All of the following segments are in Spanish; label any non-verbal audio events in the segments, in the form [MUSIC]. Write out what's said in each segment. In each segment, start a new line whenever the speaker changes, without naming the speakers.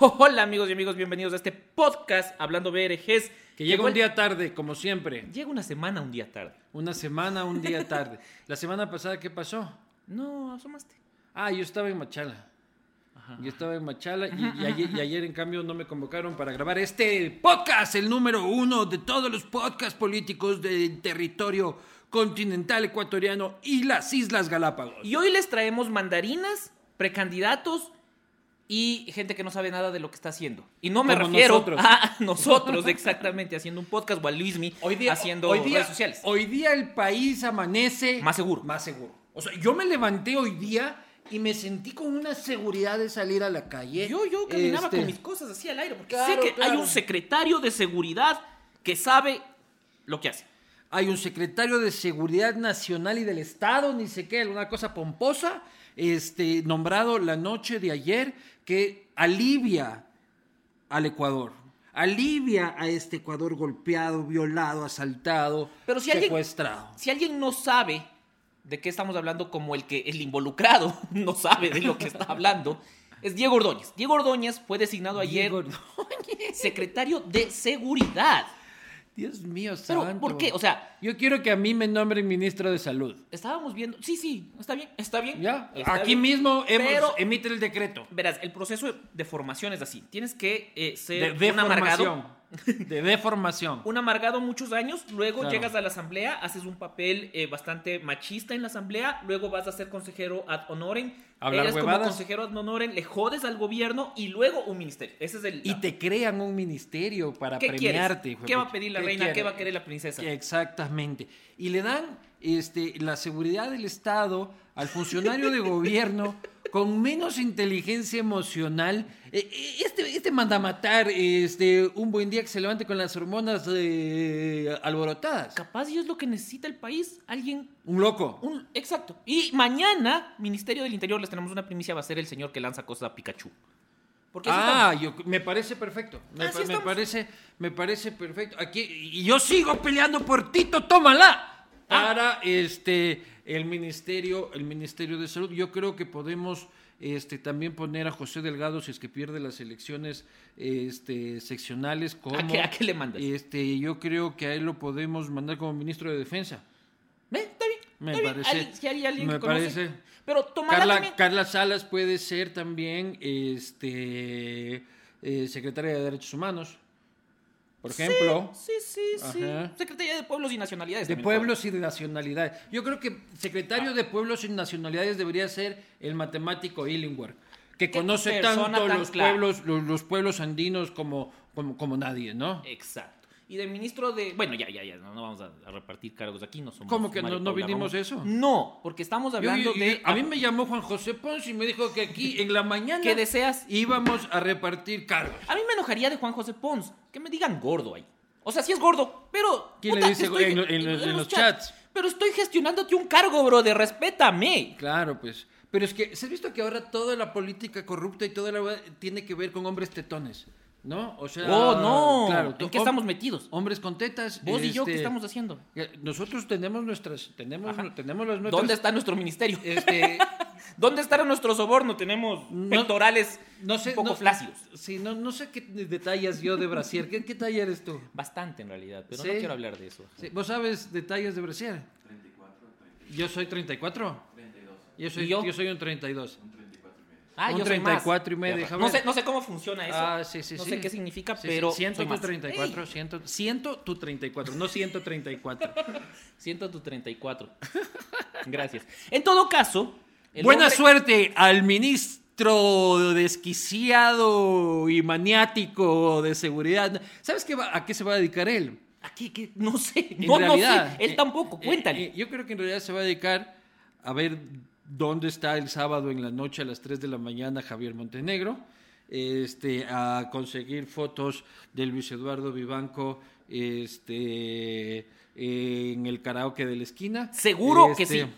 Hola amigos y amigos, bienvenidos a este podcast Hablando BRGs.
Que llega un día tarde, como siempre.
Llega una semana, un día tarde.
Una semana, un día tarde. La semana pasada, ¿qué pasó?
No, asomaste.
Ah, yo estaba en Machala. Yo estaba en Machala y, y ayer, y ayer, en cambio, no me convocaron para grabar este podcast, el número uno de todos los podcasts políticos del territorio continental ecuatoriano y las Islas Galápagos.
Y hoy les traemos mandarinas, precandidatos y gente que no sabe nada de lo que está haciendo. Y no me
Como
refiero
nosotros.
a [LAUGHS] nosotros exactamente haciendo un podcast o a Luismi haciendo redes sociales.
Hoy día el país amanece
Más seguro.
Más seguro. O sea, yo me levanté hoy día y me sentí con una seguridad de salir a la calle.
Yo, yo caminaba
Este,
con mis cosas así al aire porque sé
Claro,
que hay
claro.
un secretario de seguridad que sabe lo que hace.
Hay un secretario de Seguridad Nacional y del Estado, ni sé qué, una cosa pomposa, este, nombrado la noche de ayer, que alivia al Ecuador. Alivia a este Ecuador golpeado, violado, asaltado,
Pero si alguien-
secuestrado.
Si alguien no sabe de qué estamos hablando, como el que el involucrado [LAUGHS] no sabe de lo que está hablando, es Diego Ordóñez. Diego Ordóñez fue designado ayer
Diego-
secretario de seguridad.
Dios mío,
Pero,
santo.
¿por qué? O sea-
yo quiero que a mí me nombren ministro de salud.
Estábamos viendo. Sí, sí, está bien, está bien.
Ya,
está
aquí
bien.
mismo hemos,
Pero-
emite el decreto
Verás, el proceso de formación es así. Tienes que eh,
de
ser un amargado.
deformación. De deformación.
Un amargado muchos años, luego
Claro.
llegas a la asamblea, haces un papel eh, bastante machista en la asamblea, luego vas a ser consejero ad honorem,
Hablar
eres como
huevadas.
consejero ad honorem, le jodes al gobierno y luego un ministerio. Ese es el...
Y te crean un ministerio para
¿Qué quieres?
premiarte. hijo de
¿Qué va
pucha.
a pedir la
¿Qué
reina? ¿Qué
quieres?
va a querer la princesa?
Exactamente. Y le dan este, la seguridad del Estado al
[LAUGHS]
funcionario de gobierno con menos inteligencia emocional. Eh, eh, Este, este manda matar este, un buen día que se levante con las hormonas eh, alborotadas.
Capaz y es lo que necesita el país, alguien...
Un loco.
un- exacto. Y mañana, Ministerio del Interior, les tenemos una primicia, va a ser el señor que lanza cosas a Pikachu. Porque así
Ah, yo, me parece perfecto. Me,
Así
pa- me
estamos.
parece, me parece perfecto. Aquí, y yo sigo peleando por Tito, tómala.
Ah.
Para este el ministerio, el Ministerio de Salud. Yo creo que podemos este, también poner a José Delgado si es que pierde las elecciones este, seccionales como
qué- a qué le mandas? ¿Eh?
Este, yo creo que a él lo podemos mandar como ministro de defensa.
estamos. ¿Ve? Está bien.
Me
está bien.
parece-
Alguien- si hay alguien que
me
conoce.
parece.
Pero tomala
Carla,
también.
Carla Salas puede ser también este eh, secretaria de Derechos Humanos, por ejemplo,
Sí, sí, sí.
Ajá.
Secretaría de Pueblos y Nacionalidades.
de
también puede.
pueblos y de nacionalidades. Yo creo que secretario de pueblos y nacionalidades debería ser el matemático Illingworth, que
Qué
conoce
persona
tanto
tan
los
clara.
pueblos los, los pueblos andinos como, como, como nadie, ¿no?
Exacto. Y de ministro de. Bueno, ya, ya, ya. No, no vamos a, a repartir cargos aquí. No somos.
¿Cómo que no-
Mario
no
Paula
vinimos
Romo.
eso?
No, porque estamos hablando
Yo- yo-
de.
a mí me llamó Juan José Pons y me dijo que aquí en la
[LAUGHS]
mañana
¿Qué deseas?
íbamos a repartir cargos.
A mí me enojaría de Juan José Pons. Que me digan gordo ahí. O sea, sí es gordo, pero.
¿Quién le dice go- en lo- en los- en los chats?
Pero estoy gestionándote un cargo, brother. Respétame.
Claro, pues. Pero es que, ¿se has visto que ahora toda la política corrupta y toda la hueá tiene que ver con hombres tetones? ¿No? O sea.
Oh, no.
tú-
¿En qué
hom-
estamos metidos?
Hombres con tetas.
Vos y yo, ¿qué
este,
estamos haciendo?
eh, Nosotros tenemos nuestras. Tenemos,
Ajá.
tenemos las nuestras.
¿Dónde está nuestro ministerio? [LAUGHS]
Este,
¿Dónde estará nuestro soborno? Tenemos
No-
pectorales
no sé.
un poco
no-
flácidos.
Sí, no, no sé qué detalles yo de Brasier. ¿Qué, qué talla eres tú?
Bastante en realidad, pero
Sí.
no quiero hablar de eso.
Sí, ¿Vos sabes detalles de Brasier? 34. ¿Yo soy 34? 32. Yo soy,
¿Y yo?
yo? soy un 32.
Ah,
Un
yo soy más.
34 y medio,
Ya,
deja
No
ver.
sé, no sé cómo funciona eso.
Ah, sí, sí,
no
sí.
sé qué significa,
Sí, sí,
pero.
Siento
soy
tu
más.
34, siento, siento tu 34, no 134.
Ey, siento tu 34. [LAUGHS] Gracias. En todo caso. [LAUGHS] el
Buena
hombre-
suerte al ministro desquiciado y maniático de seguridad. ¿Sabes qué va- a qué se va a dedicar él?
¿A qué, qué? No sé.
En
no, no
realidad,
sé. Él
eh,
tampoco.
eh,
Cuéntale.
eh, yo creo que en realidad se va a dedicar a ver dónde está el sábado en la noche a las 3 de la mañana Javier Montenegro, este, a conseguir fotos de Luis Eduardo Vivanco este, en el karaoke de la esquina.
Seguro que
Este,
sí.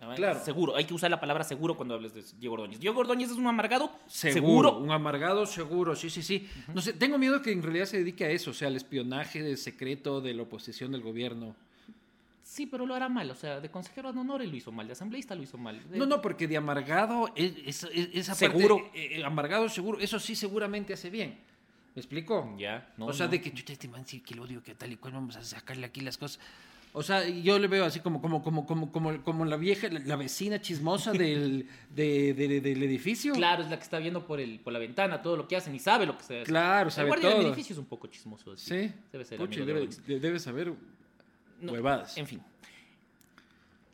A ver,
claro.
Ah, Seguro. Hay que usar la palabra seguro cuando hables de Diego Ordóñez. Diego Ordóñez es un amargado.
Seguro, un amargado seguro, sí, sí, sí. No sé, tengo miedo que en realidad se dedique a eso, o sea, al espionaje de secreto de la oposición del gobierno.
Sí, pero lo hará mal. O sea, de consejero ad honores lo hizo mal, de asambleísta lo hizo mal. de-
No, no, porque de amargado, es, es- es- esa parte-
Seguro.
eh, eh, amargado seguro, eso sí seguramente hace bien. ¿Me explico?
Ya, no,
o sea,
no.
de que chuta este man sí que lo odio, que tal y cual vamos a sacarle aquí las cosas. O sea, yo le veo así como, como, como, como, como, como la vieja, la, la vecina chismosa
[LAUGHS]
del, de- de- de- del edificio.
Claro, es la que está viendo por, el, por la ventana todo lo que hacen y sabe lo que se hace.
Claro, sabe
El guardia del
todo.
edificio es un poco chismoso. así.
Sí.
Debe ser
Pucha,
amigo de
debe,
Ronix.
de- debe saber
No,
huevadas.
En fin.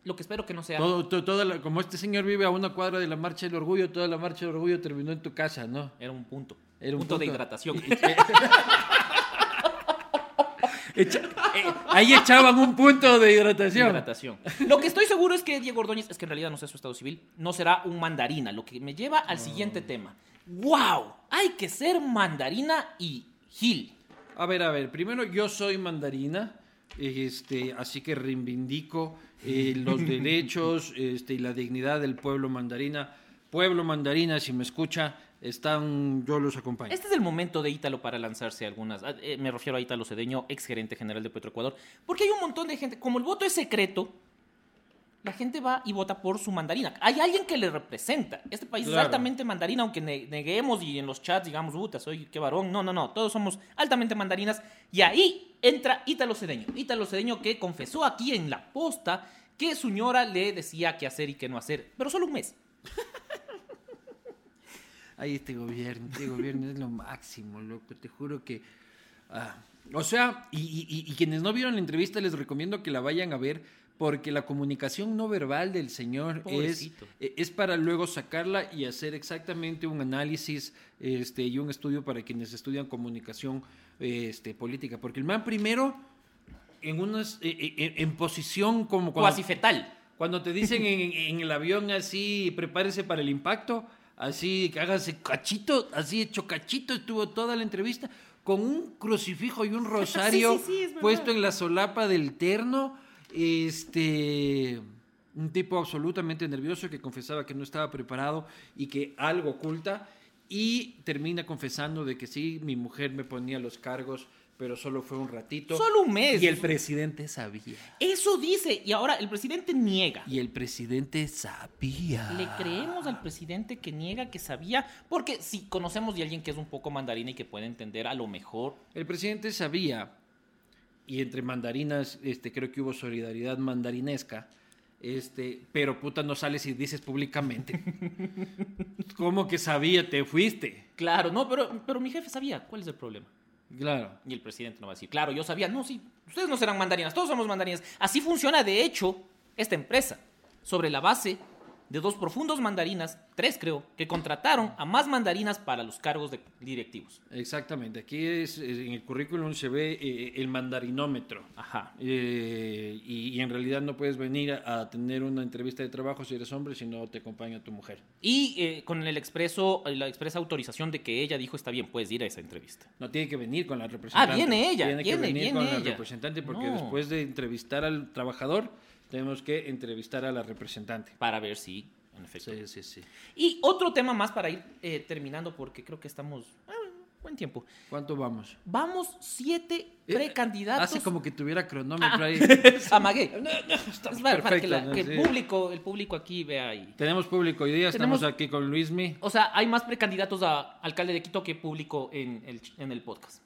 Lo que espero que no sea...
Todo, to- toda la- como este señor vive a una cuadra de la Marcha del Orgullo, toda la Marcha del Orgullo terminó en tu casa, ¿no?
Era un punto.
Era un
punto, de
punto.
hidratación.
Echa- eh, ahí echaban un punto de [LAUGHS] hidratación.
Hidratación. Lo que estoy seguro es que Diego Ordóñez, es que en realidad no sea su estado civil, no será un mandarina, lo que me lleva al siguiente tema. ¡Wow! Hay que ser mandarina y Gil.
A ver, a ver, primero yo soy mandarina, este, así que reivindico eh, [LAUGHS] los derechos este, y la dignidad del pueblo mandarina. Pueblo mandarina, si me escucha, están, yo los acompaño.
Este es el momento de Ítalo para lanzarse algunas. ah, eh, me refiero a Ítalo Cedeño, ex gerente general de Petroecuador. Porque hay un montón de gente. Como el voto es secreto, la gente va y vota por su mandarina. Hay alguien que le representa. Este país es
Claro.
altamente mandarina, aunque ne- neguemos y en los chats digamos, puta, soy qué varón. No, no, no. Todos somos altamente mandarinas. Y ahí entra Ítalo Cedeño. Ítalo Cedeño que confesó aquí en la posta que su ñora le decía qué hacer y qué no hacer. Pero solo un mes.
Ay, este gobierno, este gobierno es lo máximo, loco, te juro que... ah. O sea, y, y- y- y quienes no vieron la entrevista les recomiendo que la vayan a ver porque la comunicación no verbal del señor es,
Pobrecito.
e- es para luego sacarla y hacer exactamente un análisis este, y un estudio para quienes estudian comunicación este, política. Porque el man primero, en, unas, e- e- e- en posición como cuando-
Cuasi fetal.
cuando te dicen en, en el avión así, prepárese para el impacto, así, que hágase cachito, así hecho cachito, estuvo toda la entrevista con un crucifijo y un
[LAUGHS] Sí,
rosario
sí, sí, es verdad.
puesto en la solapa del terno, este, un tipo absolutamente nervioso que confesaba que no estaba preparado y que algo oculta y termina confesando de que sí, mi mujer me ponía los cargos, pero solo fue un ratito.
Solo un mes.
y el presidente sabía.
Eso dice. Y ahora el presidente niega.
Y el presidente sabía.
Le creemos al presidente que niega que sabía, porque si conocemos de alguien que es un poco mandarina y que puede entender a lo mejor,
El presidente sabía, y entre mandarinas, este, creo que hubo solidaridad mandarinesca, este, pero puta no sales y
[LAUGHS]
dices públicamente. ¿Cómo que sabía? Te fuiste.
claro, no, pero, pero mi jefe sabía, ¿cuál es el problema?
Claro.
Y el presidente no va a decir, claro, yo sabía, no, sí, ustedes no serán mandarinas, todos somos mandarinas. Así funciona, de hecho, esta empresa, sobre la base de dos profundos mandarinas, tres creo, que contrataron a más mandarinas para los cargos de directivos.
Exactamente. Aquí es, es- en el currículum se ve eh, el mandarinómetro.
Ajá.
Eh, y, y en realidad no puedes venir a, a tener una entrevista de trabajo si eres hombre, si no te acompaña tu mujer.
Y eh, con el expreso, eh, la expresa autorización de que ella dijo, está bien, puedes ir a esa entrevista.
No tiene que venir con la representante.
Ah, viene ella,
Tiene
viene,
que venir
viene
con la
ella.
representante porque
No.
después de entrevistar al trabajador, tenemos que entrevistar a la representante.
para ver si, en efecto.
Sí, sí, sí.
Y otro tema más para ir eh, terminando, porque creo que estamos. ah, buen tiempo.
¿Cuánto vamos?
Vamos siete
Eh,
precandidatos.
Hace
[LAUGHS]
como que tuviera cronómetro ahí.
Amagué. Ah,
[LAUGHS]
Es para- para que,
perfecto,
la-
¿no?
que el,
Sí.
público, el público aquí vea y.
Tenemos público hoy día, estamos
Tenemos-
aquí con Luismi.
O sea, hay más precandidatos a alcalde de Quito que público en el, ch- en el podcast.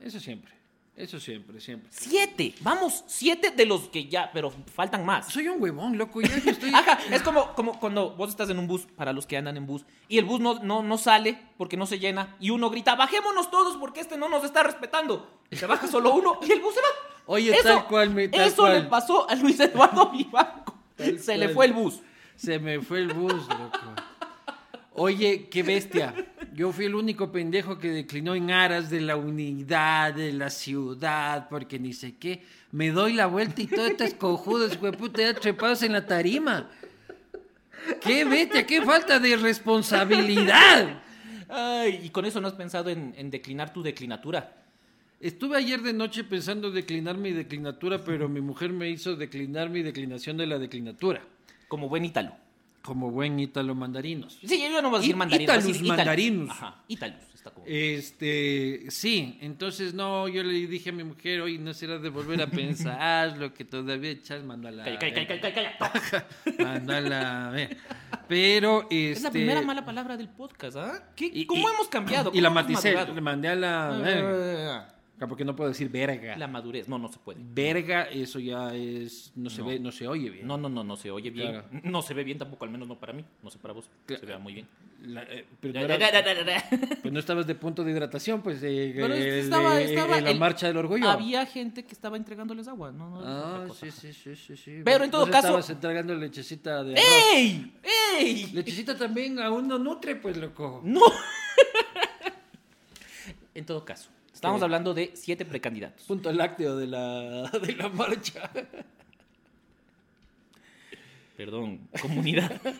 Eso siempre, eso siempre, siempre.
¡Siete! Vamos, siete de los que ya, pero faltan más.
Soy un huevón, loco, ya
[LAUGHS]
que estoy...
Ajá, es como, como cuando vos estás en un bus, para los que andan en bus, y el bus no, no, no sale porque no se llena, y uno grita, bajémonos todos porque este no nos está respetando. Y se baja solo uno y el bus se va.
Oye, tal cual, me- tal
Eso
cual.
le pasó a Luis Eduardo [LAUGHS] Vivanco.
Tal
Se le
cual.
fue el bus.
Se me fue el bus, loco. Oye, qué bestia. Yo fui el único pendejo que declinó en aras de la unidad de la ciudad, porque ni sé qué. Me doy la vuelta y todos estos cojudos, hueputa, ya trepados en la tarima. ¡Qué bestia! ¡Qué falta de responsabilidad!
Ay, y con eso no has pensado en, en declinar tu declinatura.
Estuve ayer de noche pensando declinar mi declinatura, pero mi mujer me hizo declinar mi declinación de la declinatura.
Como buen ítalo.
Como buen ítalo mandarinos.
Sí, yo no voy a decir
Í-
mandarino. voy a
ítalus
decir ítalo.
mandarinus.
Ajá, ítalus. Está
Eh,
como...
Este, sí, entonces no, yo le dije a mi mujer, hoy no será de volver a pensar lo que todavía echas mando a la.
Calla, calla, calla, calla, calla, calla.
Mando a la. ver. Pero este.
Es la primera mala palabra del podcast, ¿ah? ¿Qué-
y-
¿Cómo
y-
hemos cambiado?
Y la
¿Cómo hemos
maticé,
madurado?
le mandé a
Ah,
la. verga. Porque no puedo decir verga.
La madurez, no, no se puede.
Verga, eso ya es. No se
No.
ve, no se oye bien.
No, no, no, no se oye bien.
Claro.
No se ve bien tampoco, al menos no para mí. No sé para vos.
Claro.
Se vea muy bien.
La- eh, pero no era- pues no estabas de punto de hidratación, pues de,
Pero
el-
estaba-
de-
estaba
de la
el-
marcha del
[LAUGHS]
orgullo.
Había gente que estaba entregándoles agua. No, no,
Ah,
otra cosa.
sí, sí, sí, sí, sí.
Pero
Vos-
en todo
vos
caso- ¡Eh!
Estabas entregando lechecita de arroz.
¡Ey! ¡Ey!
Lechecita también a uno nutre, pues, loco.
No. [LAUGHS] en todo caso, estamos
Sí.
hablando de siete precandidatos.
Punto lácteo de la, [LAUGHS] de la marcha.
Perdón, comunidad. [LAUGHS]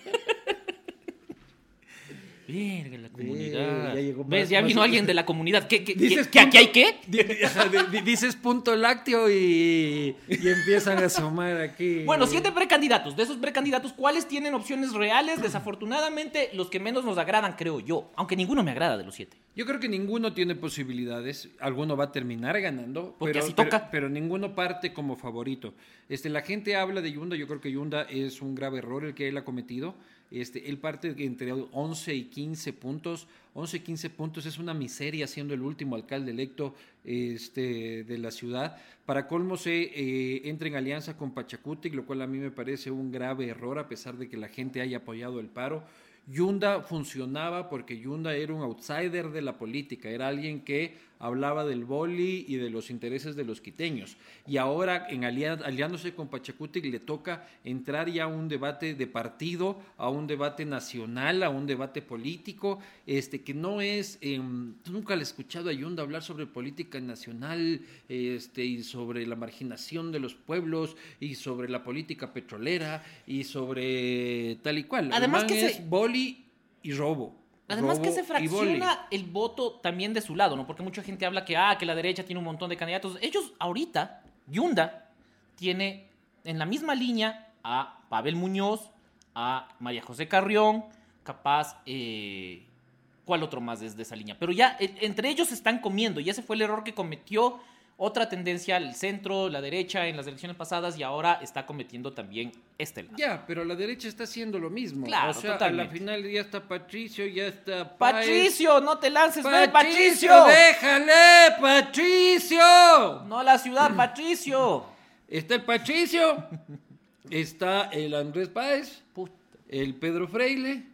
Verga, la comunidad.
ya llegó más-
¿Ves? Ya
más-
vino alguien de la comunidad. ¿Qué, qué,
Dices
qué- qué- aquí hay
punto-
qué?
Di- di- ajá, di- di- Dices punto lácteo y, y empiezan a asomar aquí.
Bueno, siete precandidatos. De esos precandidatos, ¿cuáles tienen opciones reales? Desafortunadamente, los que menos nos agradan, creo yo. Aunque ninguno me agrada de los siete.
Yo creo que ninguno tiene posibilidades. Alguno va a terminar ganando.
Porque
pero,
así
pero-
toca.
Pero ninguno parte como favorito. Este, la gente habla de Yunda. Yo creo que Yunda es un grave error el que él ha cometido. Este, él parte entre 11 y 15 puntos. 11 y 15 puntos es una miseria siendo el último alcalde electo este, de la ciudad. Para colmo se eh, entra en alianza con Pachacutic, lo cual a mí me parece un grave error a pesar de que la gente haya apoyado el paro. Yunda funcionaba porque Yunda era un outsider de la política, era alguien que hablaba del boli y de los intereses de los quiteños. Y ahora, en alia- aliándose con Pachacutic, le toca entrar ya a un debate de partido, a un debate nacional, a un debate político, este que no es. em, tú nunca le he escuchado a Yunda hablar sobre política nacional este, y sobre la marginación de los pueblos y sobre la política petrolera y sobre tal y cual.
Además
Además
que
que
se-
es boli y robo.
Además que
Robo
se
y boli.
fracciona el voto también de su lado, ¿no? Porque mucha gente habla que, ah, que la derecha tiene un montón de candidatos. Ellos ahorita, Yunda, tiene en la misma línea a Pavel Muñoz, a María José Carrión, capaz, eh, ¿cuál otro más es de esa línea? Pero ya eh, entre ellos se están comiendo y ese fue el error que cometió otra tendencia al centro, la derecha en las elecciones pasadas y ahora está cometiendo también este lado.
Ya, pero la derecha está haciendo lo mismo.
Claro,
o sea, a la
totalmente.
final ya está Patricio, ya está Páez.
Patricio, no te lances, ve,
Pues, Patricio,
Patricio.
déjale, Patricio.
No la
[CLEARS THROAT]
ciudad, Patricio.
Está el Patricio, está el Andrés Páez,
Pues,
el Pedro Freile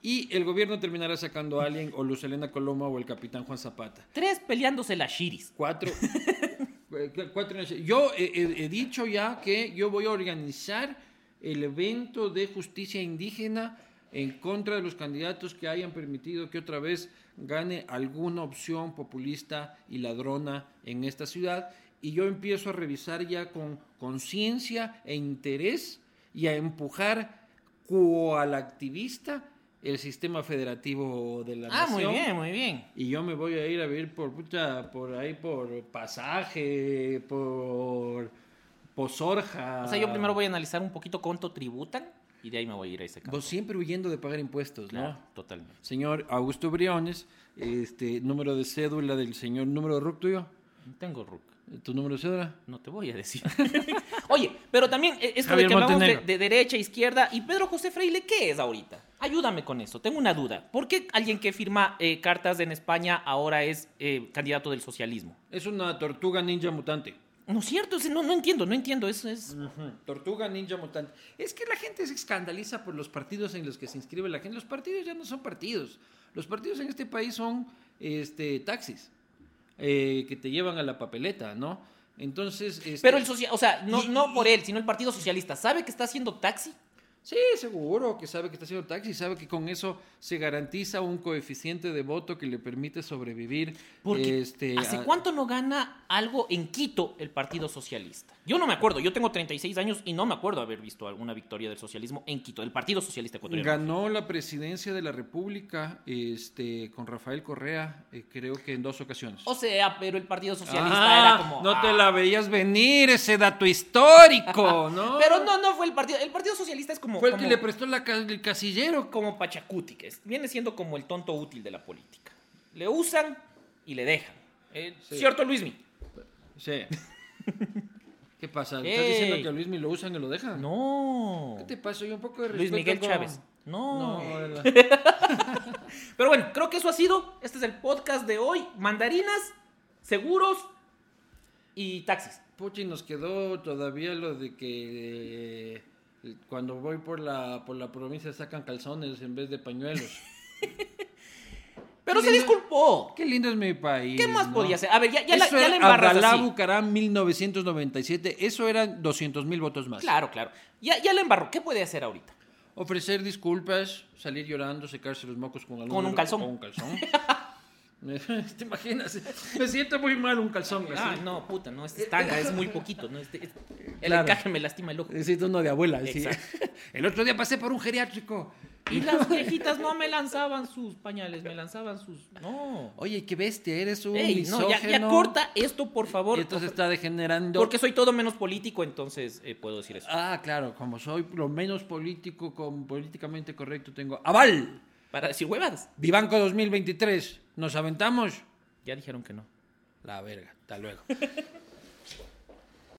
y el gobierno terminará sacando a alguien o Luz Helena Coloma o el capitán Juan Zapata.
Tres peleándose la shiris.
Cuatro. eh, cu- cuatro en el- yo he, he- he dicho ya que yo voy a organizar el evento de justicia indígena en contra de los candidatos que hayan permitido que otra vez gane alguna opción populista y ladrona en esta ciudad. Y yo empiezo a revisar ya con conciencia e interés y a empujar cual activista el sistema federativo de la
Ah, muy
nación.
bien, muy bien.
Y yo me voy a ir a vivir por puta, por ahí, por pasaje, por pozorja.
O sea, yo primero voy a analizar un poquito cuánto tributan y de ahí me voy a ir a ese campo.
Vos siempre huyendo de pagar impuestos,
Claro,
¿no?
totalmente.
Señor Augusto Briones, este, número de cédula del señor, número de RUC tuyo,
No tengo rook.
tu número de cédula.
No te voy a decir. [LAUGHS] Oye, pero también eh, esto de
Javier
que hablamos de,
Montenegro.
de derecha, izquierda y Pedro José Freile, ¿qué es ahorita? Ayúdame con eso. Tengo una duda. ¿Por qué alguien que firma eh, cartas en España ahora es eh, candidato del socialismo?
Es una tortuga ninja mutante.
No es cierto, es- no, no entiendo, no entiendo. Eso es.
Tortuga ninja mutante. Es que la gente se escandaliza por los partidos en los que se inscribe la gente. Los partidos ya no son partidos. Los partidos en este país son este, taxis eh, que te llevan a la papeleta, ¿no? Entonces. este-
Pero el social, o sea, no,
Y-
no por él, sino el Partido Socialista. ¿Sabe que está haciendo taxi?
Sí, seguro que sabe que está haciendo taxi, sabe que con eso se garantiza un coeficiente de voto que le permite sobrevivir.
Porque
este,
¿hace
a-
cuánto no gana algo en Quito el Partido Socialista? Yo no me acuerdo, yo tengo 36 años y no me acuerdo haber visto alguna victoria del socialismo en Quito, del Partido Socialista Ecuatoriano.
Ganó la presidencia de la República este, con Rafael Correa, eh, creo que en dos ocasiones.
O sea, pero el Partido Socialista
Ah,
era como...
No te
ah.
la veías venir ese
[LAUGHS]
dato histórico, ¿no?
Pero no, no fue el Partido... El Partido Socialista es como...
Fue el
como,
que le prestó la ca- el casillero.
como Pachacuti, que es- viene siendo como el tonto útil de la política. Le usan y le dejan. Eh, ¿Cierto, Luismi?
Sí. ¿Qué pasa? ¿Estás
Ey.
diciendo que a Luis lo usan y lo dejan?
No.
¿Qué te pasa? Yo un poco de
Luis
respeto
Miguel
con-
Chávez.
No,
no.
¿verdad?
Pero bueno, creo que eso ha sido. Este es el podcast de hoy. Mandarinas, seguros y taxis.
Puchi, nos quedó todavía lo de que eh, cuando voy por la, por la provincia sacan calzones en vez de pañuelos.
[LAUGHS] Pero se
Lindo.
disculpó.
Qué lindo es mi país.
¿Qué más
¿no?
podía ser? A ver, ya, ya la,
Eso
ya
era
la embarras
Abdalá
así.
Bucaram 1997. Eso eran 200 mil votos más.
Claro, claro. Ya, ya la embarró. ¿Qué puede hacer ahorita?
Ofrecer disculpas, salir llorando, secarse los mocos con, algún-
Con un calzón.
Con un calzón. [LAUGHS] ¿Te imaginas? Me siento muy mal un calzón.
Ah,
así.
no, puta, no, este es tanga, es muy poquito. No, este, es- el
Claro.
encaje me lastima el ojo.
Necesito uno de abuela. sí.
Exacto.
[LAUGHS] El otro día pasé por un geriátrico.
Y las viejitas no me lanzaban sus pañales, me lanzaban sus. No.
Oye, qué bestia, eres un
Ey, no, ya, ya
misógeno.
corta esto, por favor.
Y entonces está degenerando.
Porque soy todo menos político, entonces eh, puedo decir eso.
Ah, claro, como soy lo menos político, con políticamente correcto, tengo aval.
Para decir huevadas.
Vivanco 2023, nos aventamos.
Ya dijeron que no.
La verga, hasta luego.